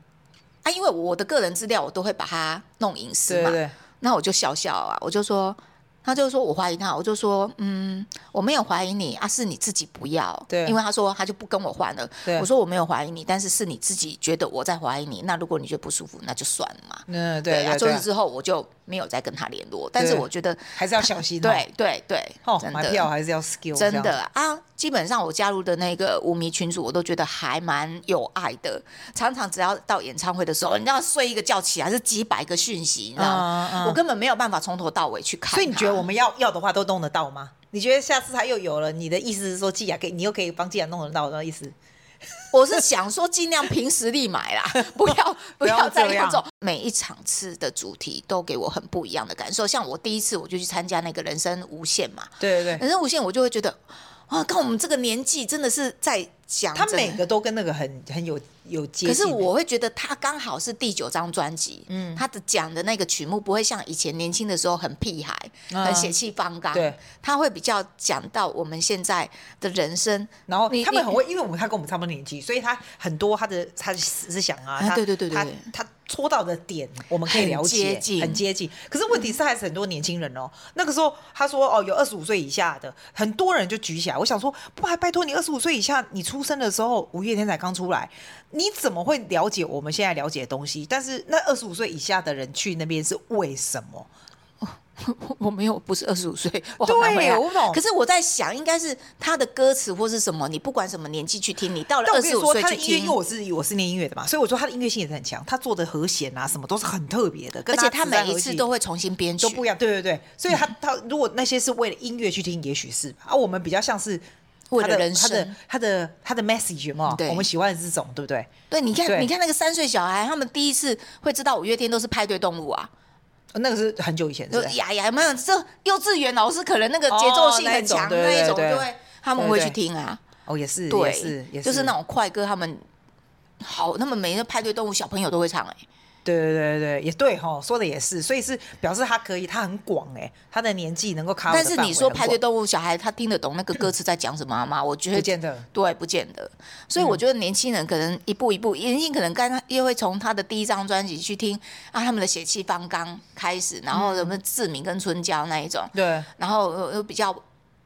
Speaker 3: 啊，因为我的个人资料我都会把它弄隐私
Speaker 2: 对
Speaker 3: 嘛，
Speaker 2: 对对，
Speaker 3: 那我就笑笑啊，我就说，他就说我怀疑他，我就说，嗯，我没有怀疑你啊，是你自己不要，
Speaker 2: 对
Speaker 3: 因为他说他就不跟我换了，
Speaker 2: 对
Speaker 3: 我说我没有怀疑你，但是是你自己觉得我在怀疑你，那如果你觉得不舒服，那就算了嘛，
Speaker 2: 嗯，对
Speaker 3: 啊，
Speaker 2: 对
Speaker 3: 从
Speaker 2: 对
Speaker 3: 此之后我就没有再跟他联络。但是我觉得，
Speaker 2: 还是要小心哦
Speaker 3: 对对对，
Speaker 2: 哦，
Speaker 3: 真
Speaker 2: 买票
Speaker 3: 的。
Speaker 2: 还是要 skill，
Speaker 3: 真
Speaker 2: 这样
Speaker 3: 的啊，基本上我加入的那个舞迷群组，我都觉得还蛮有爱的。常常只要到演唱会的时候，你知道睡一个觉起来是几百个讯息，你知道吗？
Speaker 2: 嗯嗯嗯
Speaker 3: 我根本没有办法从头到尾去看它。
Speaker 2: 所以你觉得我们要要的话都弄得到吗？你觉得下次他又有了，你的意思是说季雅可以，你又可以帮季雅弄得到的意思？
Speaker 3: 我是想说，尽量凭实力 买啦，不要
Speaker 2: 不
Speaker 3: 不
Speaker 2: 要
Speaker 3: 要再
Speaker 2: 这
Speaker 3: 用
Speaker 2: 样
Speaker 3: 这种。每一场吃的主题都给我很不一样的感受。像我第一次我就去参加那个人生无限嘛，
Speaker 2: 对对对，
Speaker 3: 人生无限我就会觉得，哇，跟我们这个年纪真的是在讲
Speaker 2: 他
Speaker 3: 真的
Speaker 2: 每个都跟那个很很有有接
Speaker 3: 可
Speaker 2: 近。
Speaker 3: 是我会觉得他刚好是第九张专辑，嗯，他的讲的那个曲目不会像以前年轻的时候很屁孩、
Speaker 2: 嗯
Speaker 3: 很血气方刚，
Speaker 2: 对，
Speaker 3: 他会比较讲到我们现在的人生，
Speaker 2: 然后
Speaker 3: 你
Speaker 2: 他们
Speaker 3: 你
Speaker 2: 很会，因为我们他跟我们差不多年纪，所以他很多他的他的思想啊，
Speaker 3: 啊
Speaker 2: 他
Speaker 3: 对对对对
Speaker 2: 他
Speaker 3: 对
Speaker 2: 他戳到的点，我们可以了解，
Speaker 3: 很接近
Speaker 2: 很接近。可是问题是，还是很多年轻人哦。那个时候他说哦，有二十五岁以下的，很多人就举起来。我想说，不，还拜托你二十五岁以下，你出生的时候五月天才刚出来，你怎么会了解我们现在了解的东西？但是那二十五岁以下的人去那边是为什么？
Speaker 3: 我我没有，不是二十 五岁，我好难
Speaker 2: 对
Speaker 3: 回答
Speaker 2: 我懂
Speaker 3: 可是我在想，应该是他的歌词或是什么，你不管什么年纪去听，你到了
Speaker 2: 但我
Speaker 3: 二
Speaker 2: 跟你
Speaker 3: 十五
Speaker 2: 说，
Speaker 3: 岁
Speaker 2: 他的
Speaker 3: 去
Speaker 2: 音乐，因为
Speaker 3: 听，
Speaker 2: 我是我是念音乐的嘛，所以我说他的音乐性也是很强，他做的和弦啊什么都是很特别的，跟
Speaker 3: 而且
Speaker 2: 他
Speaker 3: 他
Speaker 2: 磁带
Speaker 3: 每一
Speaker 2: 合
Speaker 3: 次
Speaker 2: 器
Speaker 3: 都会嗯重新编曲
Speaker 2: 都。不一样。对对对，所以他他如果那些是为了音乐去听，也许是吧啊，我们比较像是。
Speaker 3: 为了
Speaker 2: 他的
Speaker 3: 人
Speaker 2: 他的
Speaker 3: 生
Speaker 2: 他的他的 message 嘛，
Speaker 3: 对
Speaker 2: 我们喜欢的是这种，对不对？
Speaker 3: 对，你
Speaker 2: 对
Speaker 3: 看，你看那个三岁小孩，他们第一次会知道五月天都是派对动物啊。
Speaker 2: 那个是很久以前，对
Speaker 3: 就
Speaker 2: 不对？
Speaker 3: 呀呀，没有这幼稚园老师可能那个节奏性
Speaker 2: 哦那一
Speaker 3: 很
Speaker 2: 种
Speaker 3: 强
Speaker 2: 对
Speaker 3: 那一
Speaker 2: 对
Speaker 3: 种，
Speaker 2: 对
Speaker 3: 就会他们会去听啊，
Speaker 2: 哦，也是，
Speaker 3: 对，
Speaker 2: 也是，也
Speaker 3: 就是那，种快歌，他们好，他们每个派对动物小朋友都会唱哎、
Speaker 2: 对对对对，也对哈，说的也是，所以是表示他可以，他很广哎，他的年纪能够 cover 的范
Speaker 3: 但
Speaker 2: 围很广。
Speaker 3: 是你说派对动物小孩他听得懂那个歌词在讲什么 吗？我觉
Speaker 2: 不
Speaker 3: 得
Speaker 2: 见得，嗯
Speaker 3: 对，不见得。所以我觉得年轻人可能一步一步，年轻可能刚又会从他的第一张专辑去听啊，他们的血气方刚开始，然
Speaker 2: 嗯
Speaker 3: 后什么志明跟春娇那一种，
Speaker 2: 对，
Speaker 3: 然后又又比较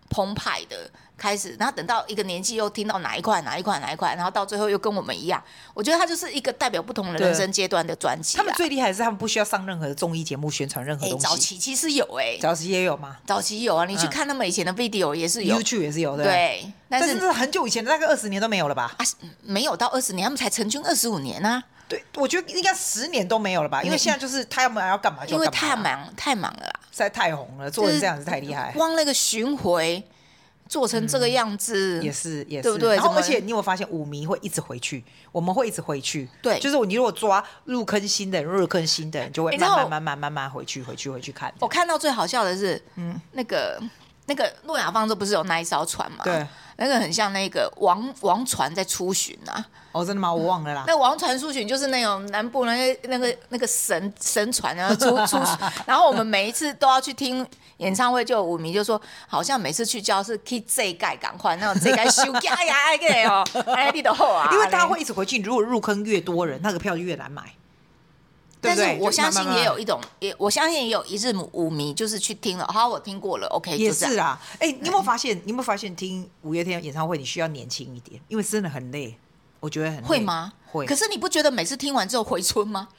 Speaker 3: 澎湃的开始，然后等到一个年纪又听到哪一块哪一块哪一块，然后到最后又跟我们一样，我觉得它就是一个代表不同的
Speaker 2: 对
Speaker 3: 人生阶段的专辑
Speaker 2: 他们
Speaker 3: 啦。
Speaker 2: 最厉害的是他们不需要上任何的综艺节目宣传任何
Speaker 3: 啊哎、
Speaker 2: 东西。
Speaker 3: 早期其实有哎、
Speaker 2: 早期也有嘛
Speaker 3: 早期有啊，你去
Speaker 2: 嗯
Speaker 3: 看他们以前的 video 也是有，
Speaker 2: ，YouTube 也是有的。，
Speaker 3: 对，但
Speaker 2: 但是
Speaker 3: 是
Speaker 2: 这是很久以前，大概二十年都没有了吧？
Speaker 3: 啊没有到二十年，他们才成军二十五年啊，
Speaker 2: 对，我觉得应该十年都没有了吧，因为
Speaker 3: 因为
Speaker 2: 现在就是他们要干嘛就
Speaker 3: 因
Speaker 2: 要
Speaker 3: 为
Speaker 2: 干嘛
Speaker 3: 太
Speaker 2: 啦，
Speaker 3: 忙太忙了啦，
Speaker 2: 实在太红了，做成这样子太厉害。
Speaker 3: 光那个巡回做成这个样子，
Speaker 2: 嗯也是也是，
Speaker 3: 对不对
Speaker 2: 然后
Speaker 3: 怎么
Speaker 2: 而且你有没有发现，舞迷会一直回去，我们会一直回去。
Speaker 3: 对哎
Speaker 2: 就是你如果抓入坑新的人，入坑新的人就会
Speaker 3: 你知
Speaker 2: 慢慢
Speaker 3: 道
Speaker 2: 慢慢慢慢回去，回去回去看。
Speaker 3: 我看到最好笑的是，嗯，那个那个诺亚方舟不是有那一艘船嘛？
Speaker 2: 对，
Speaker 3: 那个很像那个王王船在出巡啊。
Speaker 2: 哦，真的吗？我忘了啦。
Speaker 3: 那王船出巡就是那种南部那个那个那个神神船，然后出出巡，然后我们每一次都要去听。演唱会就有舞迷就说，好像每次去教室去这盖赶快，那种这盖修呀呀哎个哦，哎你都好啊，
Speaker 2: 因为大家会一直回去，你如果入坑越多人，那个票就越难买。对
Speaker 3: 但
Speaker 2: 不
Speaker 3: 是
Speaker 2: 对
Speaker 3: 我
Speaker 2: 就
Speaker 3: 相
Speaker 2: 慢慢
Speaker 3: 信
Speaker 2: 慢
Speaker 3: 也
Speaker 2: 慢
Speaker 3: 有一种，也我相信也有一日舞迷就是去听了，好我听过了，OK
Speaker 2: 也
Speaker 3: 就这样
Speaker 2: 是。啊，哎、你有没有发现？你有没有发现听五月天演唱会，你需要年轻一点，因为真的很累，我觉得很累
Speaker 3: 会吗？
Speaker 2: 会。
Speaker 3: 可是你不觉得每次听完之后回春吗？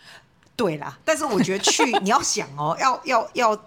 Speaker 2: 对啦，但是我觉得去你要想哦，要要要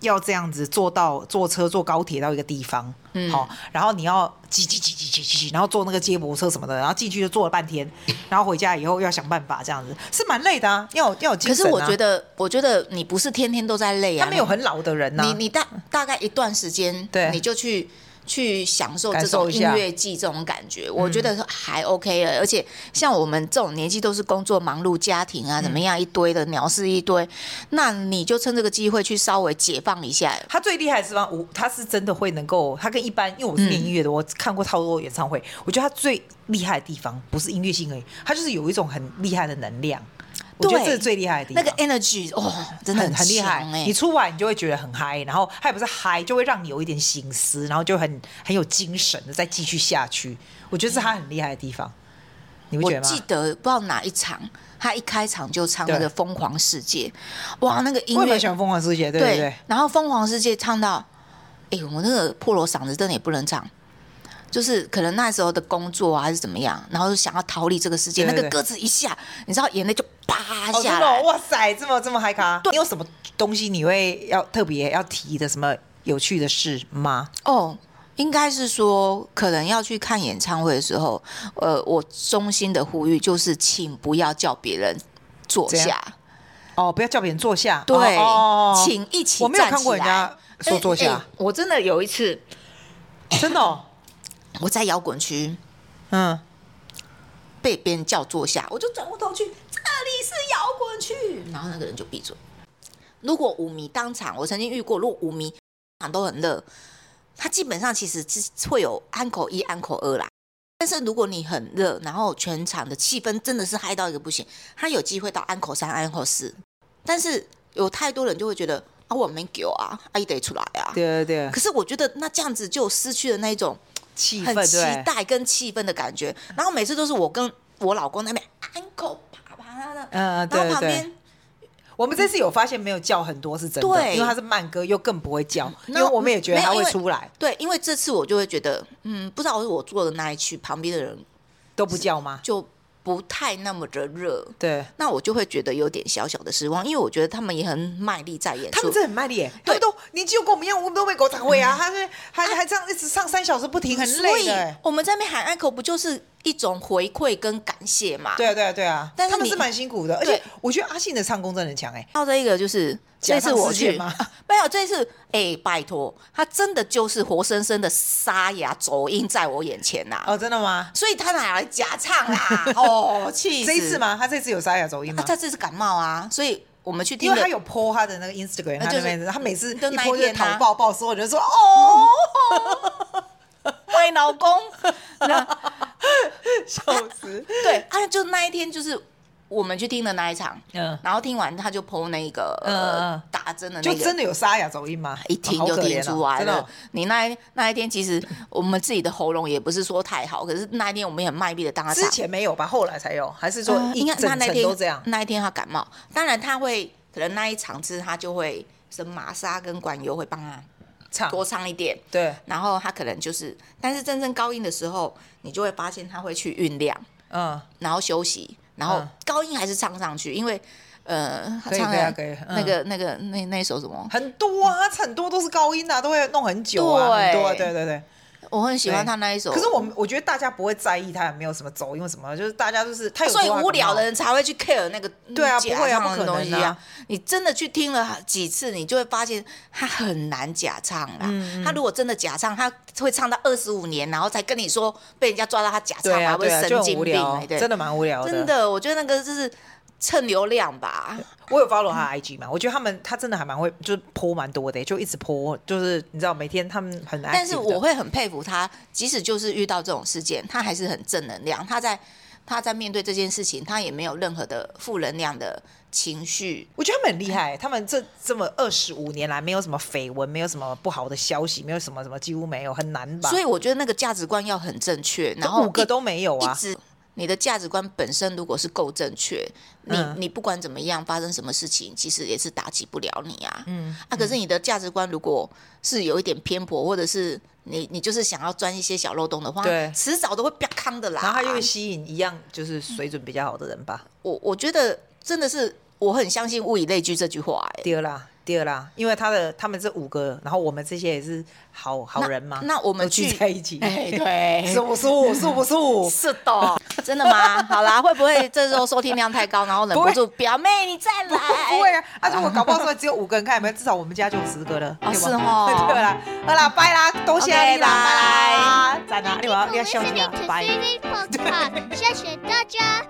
Speaker 2: 要这样子坐到坐车坐高铁到一个地方，
Speaker 3: 嗯
Speaker 2: 好，然后你要挤挤挤挤挤挤挤，然后坐那个接驳车什么的，然后进去就坐了半天，然后回家以后要想办法这样子，是蛮累的啊，要有要有精
Speaker 3: 可
Speaker 2: 神、
Speaker 3: 是
Speaker 2: 啊。
Speaker 3: 我觉得，我觉得你不是天天都在累啊。
Speaker 2: 他们有很老的人呐、
Speaker 3: 你你大大概一段时间，
Speaker 2: 对
Speaker 3: 你就去去享受
Speaker 2: 感
Speaker 3: 这
Speaker 2: 受
Speaker 3: 种
Speaker 2: 一
Speaker 3: 音
Speaker 2: 下嗯
Speaker 3: 乐季这种感觉，我觉得还 OK 了。而且像我们这种年纪都是工作忙碌、家庭
Speaker 2: 嗯
Speaker 3: 啊怎么样一堆的鸟事一堆，那你就趁这个机会去稍微解放一下。
Speaker 2: 他最厉害的地方，我他是真的会能够，他跟一般，因为我是念音乐的，我看过超多演唱会，我觉得他最厉害的地方不是音乐性而已，他就是有一种很厉害的能量，我觉得
Speaker 3: 对
Speaker 2: 这是最厉害的地
Speaker 3: 那
Speaker 2: 方。
Speaker 3: 个 energy 哦，真的
Speaker 2: 很欸很厉害
Speaker 3: 强，哎
Speaker 2: 你，出来你就会觉得很嗨，然后他也不是嗨，就会让你有一点醒思，然后就很很有精神的再继续下去。我觉得是他很厉害的地方，你不
Speaker 3: 我
Speaker 2: 觉得
Speaker 3: 记
Speaker 2: 吗？
Speaker 3: 得不知道哪一场，他一开场就唱那
Speaker 2: 对
Speaker 3: 个《疯狂世界》，哇，那个音
Speaker 2: 我也
Speaker 3: 乐
Speaker 2: 蛮喜欢疯狂世界，对不对？
Speaker 3: 然后《疯狂世界》唱到，哎、我那个破锣嗓子真的也不能唱，就是可能那时候的工作啊还是怎么样，然后就想要逃离这个世界，
Speaker 2: 对对
Speaker 3: 那个歌词一下，你知道眼泪就啪
Speaker 2: 哦，真
Speaker 3: 下
Speaker 2: 的
Speaker 3: 来。
Speaker 2: 哦哇塞，这么这么嗨咖！你有什么东西你会要特别要提的什么有趣的事吗？
Speaker 3: 哦，应该是说，可能要去看演唱会的时候，呃，我衷心的呼吁就是，请不要叫别人坐
Speaker 2: 怎样
Speaker 3: 下，
Speaker 2: 哦，不要叫别人坐下，
Speaker 3: 对，
Speaker 2: 哦哦哦
Speaker 3: 请一起
Speaker 2: 我没有
Speaker 3: 站
Speaker 2: 看过
Speaker 3: 起
Speaker 2: 人家
Speaker 3: 来
Speaker 2: 说坐
Speaker 3: 哎哎
Speaker 2: 下，
Speaker 3: 我真的有一次，
Speaker 2: 真的哦，
Speaker 3: 我在摇滚区
Speaker 2: 嗯，
Speaker 3: 被别人叫坐下，我就转过头去，这里是摇滚区，然后那个人就闭嘴。如果舞迷当场，我曾经遇过，如果舞迷当场都很热，他基本上其实是会有安口一、安口二啦。但是如果你很热，然后全场的气氛真的是嗨到一个不行，他有机会到安口三、安口四。但是有太多人就会觉得啊，我没给啊，啊，你得出来啊。
Speaker 2: 对对对
Speaker 3: 可，是我觉得那这样子就失去了那一种
Speaker 2: 气氛
Speaker 3: 很期
Speaker 2: 对，
Speaker 3: 待跟气氛的感觉。然后每次都是我跟我老公那边 uncle 啪啪的，
Speaker 2: 嗯，
Speaker 3: 然
Speaker 2: 对
Speaker 3: 后旁
Speaker 2: 对
Speaker 3: 边。
Speaker 2: 我们这次有发现没有叫很多是真的，
Speaker 3: 对
Speaker 2: 因为他是慢歌又更不会叫，因
Speaker 3: 那
Speaker 2: 为我们也觉得他
Speaker 3: 没有
Speaker 2: 会
Speaker 3: 因为
Speaker 2: 出来
Speaker 3: 对，因为这次我就会觉得，嗯，不知道是我坐的那一区旁边的人
Speaker 2: 都不叫吗？
Speaker 3: 就不太那么的热，
Speaker 2: 对，
Speaker 3: 那我就会觉得有点小小的失望，因为我觉得他们也很卖力在演
Speaker 2: 他
Speaker 3: 出
Speaker 2: 们。真的很卖力耶，他们都年纪又跟我们一样，我们都没狗长会啊，他们还还这样一直上三小时不停，很
Speaker 3: 所
Speaker 2: 累
Speaker 3: 以
Speaker 2: 的耶。
Speaker 3: 我们在那边喊 uncle 不就是一种回馈跟感谢嘛？。
Speaker 2: 对啊，对啊，对啊，
Speaker 3: 但是
Speaker 2: 他们
Speaker 3: 你
Speaker 2: 是蛮辛苦的，而
Speaker 3: 对
Speaker 2: 且我觉得阿信的唱功真的很强哎，
Speaker 3: 到这一个就是这次我
Speaker 2: 假
Speaker 3: 去
Speaker 2: 唱事件吗
Speaker 3: 啊 没有，这次哎、拜托，他真的就是活生生的沙哑走音在我眼前呐、
Speaker 2: 哦，真的吗？
Speaker 3: 所以他哪来假唱 啦？哦，气死！啊
Speaker 2: 这一次？吗？他这次有沙哑走音
Speaker 3: 他
Speaker 2: 吗？
Speaker 3: 这次是感冒啊，所以我们去听
Speaker 2: 因为
Speaker 3: 了
Speaker 2: 他有 po 他的那个 Instagram，他
Speaker 3: 啊就
Speaker 2: 那
Speaker 3: 是
Speaker 2: 边他每次一
Speaker 3: 就那一
Speaker 2: po 就
Speaker 3: 天啊
Speaker 2: 讨抱抱，所有 人就说哦，
Speaker 3: 卖老公，
Speaker 2: 笑死，
Speaker 3: 对，啊，就那一天就是我们去听的那一场，
Speaker 2: 嗯，
Speaker 3: 然后听完他就 PO 那个、
Speaker 2: 嗯嗯
Speaker 3: 呃
Speaker 2: 嗯、
Speaker 3: 打针的那
Speaker 2: 就
Speaker 3: 个，
Speaker 2: 真的有沙哑走音吗？
Speaker 3: 一听
Speaker 2: 好
Speaker 3: 就
Speaker 2: 可怜
Speaker 3: 听
Speaker 2: 哦
Speaker 3: 出来
Speaker 2: 真的
Speaker 3: 了。
Speaker 2: 哦
Speaker 3: 你那一那一天，其实我们自己的喉咙也不是说太好，可是那一天我们也很卖力的当他唱
Speaker 2: 之。前没有吧？后来才有，还是说
Speaker 3: 呃
Speaker 2: 一
Speaker 3: 应该
Speaker 2: 整
Speaker 3: 他那
Speaker 2: 层
Speaker 3: 天
Speaker 2: 都这样？
Speaker 3: 那一天他感冒，当然他会可能那一场次他就会什么玛莎跟管优会帮
Speaker 2: 啊
Speaker 3: 他
Speaker 2: 唱
Speaker 3: 多唱一点，
Speaker 2: 对，
Speaker 3: 然后他可能就是，但是真正高音的时候，你就会发现他会去酝酿，
Speaker 2: 嗯，
Speaker 3: 然后休息，然后
Speaker 2: 嗯
Speaker 3: 高音还是唱上去，因为呃，他
Speaker 2: 可以
Speaker 3: 唱
Speaker 2: 可以啊
Speaker 3: 的
Speaker 2: 可以嗯
Speaker 3: 那个那个那那一首什么，
Speaker 2: 很多啊，很多都是高音啊，都会弄很久啊，
Speaker 3: 对
Speaker 2: 很多啊，对对对。
Speaker 3: 我很喜欢
Speaker 2: 对
Speaker 3: 他那一首，
Speaker 2: 可是我们我觉得大家不会在意他有没有什么走音或什么，就是大家就是他有
Speaker 3: 所以
Speaker 2: 多大
Speaker 3: 无聊
Speaker 2: 感冒
Speaker 3: 的人才会去 care 那个
Speaker 2: 对啊
Speaker 3: 嗯假
Speaker 2: 不会啊
Speaker 3: 唱
Speaker 2: 不
Speaker 3: 的
Speaker 2: 可能啊
Speaker 3: 东西啊。你真的去听了几次，你就会发现他很难假唱啦。
Speaker 2: 嗯
Speaker 3: 他如果真的假唱，他会唱到二十五年，然后才跟你说被人家抓到他假唱
Speaker 2: 对啊
Speaker 3: 还会
Speaker 2: 对啊，就
Speaker 3: 神
Speaker 2: 很
Speaker 3: 经
Speaker 2: 无
Speaker 3: 病
Speaker 2: 聊
Speaker 3: 欸，对，
Speaker 2: 真的蛮无聊的。
Speaker 3: 真，的，我觉得那个就是蹭流量吧。
Speaker 2: 我有 follow 他的 IG 嘛，我觉得他们他真的还蛮会，就是泼蛮多的，就一直泼，就是你知道每天他们很 active 的，
Speaker 3: 但是我会很佩服他，即使就是遇到这种事件，他还是很正能量。他在他在面对这件事情，他也没有任何的负能量的情绪。
Speaker 2: 我觉得他们很厉害，欸他们这这么二十五年来没有什么绯闻，没有什么不好的消息，没有什么什么几乎没有，很难吧？
Speaker 3: 所
Speaker 2: 以
Speaker 3: 以我觉得那个价值观要很正确，然后
Speaker 2: 五个
Speaker 3: 一
Speaker 2: 都没有
Speaker 3: 一
Speaker 2: 啊，
Speaker 3: 直你的价值观本身如果是够正确，你、
Speaker 2: 嗯
Speaker 3: 你不管怎么样发生什么事情，其实也是打击不了你啊。嗯啊，可是你的价值观如果是有一点偏颇，或者是你你就是想要钻一些小漏洞的话
Speaker 2: 对，
Speaker 3: 迟早都会啪康的啦。
Speaker 2: 然后他又会吸引一样就是水准比较好的人吧。
Speaker 3: 我我觉得真的是我很相信物以类聚这句话、欸，
Speaker 2: 第二啦，第二啦，因为他的他们这五个，然后我们这些也是好好人嘛，
Speaker 3: 那那我们
Speaker 2: 都聚
Speaker 3: 去
Speaker 2: 在一起，
Speaker 3: 哎对
Speaker 2: 是不是？是不是？
Speaker 3: 是的， 真的吗？好啦，会不会这时候收听量太高，然后忍
Speaker 2: 不
Speaker 3: 不
Speaker 2: 会
Speaker 3: 住表妹你再来？
Speaker 2: 不会啊，啊，如果搞不好说只有五个人看，有没有？至少我们家就有十个了，
Speaker 3: 哦
Speaker 2: 对吧
Speaker 3: 是哦
Speaker 2: 对啦，好啦，拜啦，多谢你
Speaker 3: OK，
Speaker 2: 啦，拜啦，赞啦，你们
Speaker 1: Thank
Speaker 2: 要
Speaker 1: you
Speaker 2: 笑
Speaker 1: for
Speaker 2: 你
Speaker 1: listening
Speaker 2: 啦
Speaker 1: to，
Speaker 2: 拜。
Speaker 1: Susie's podcast. 谢谢大家。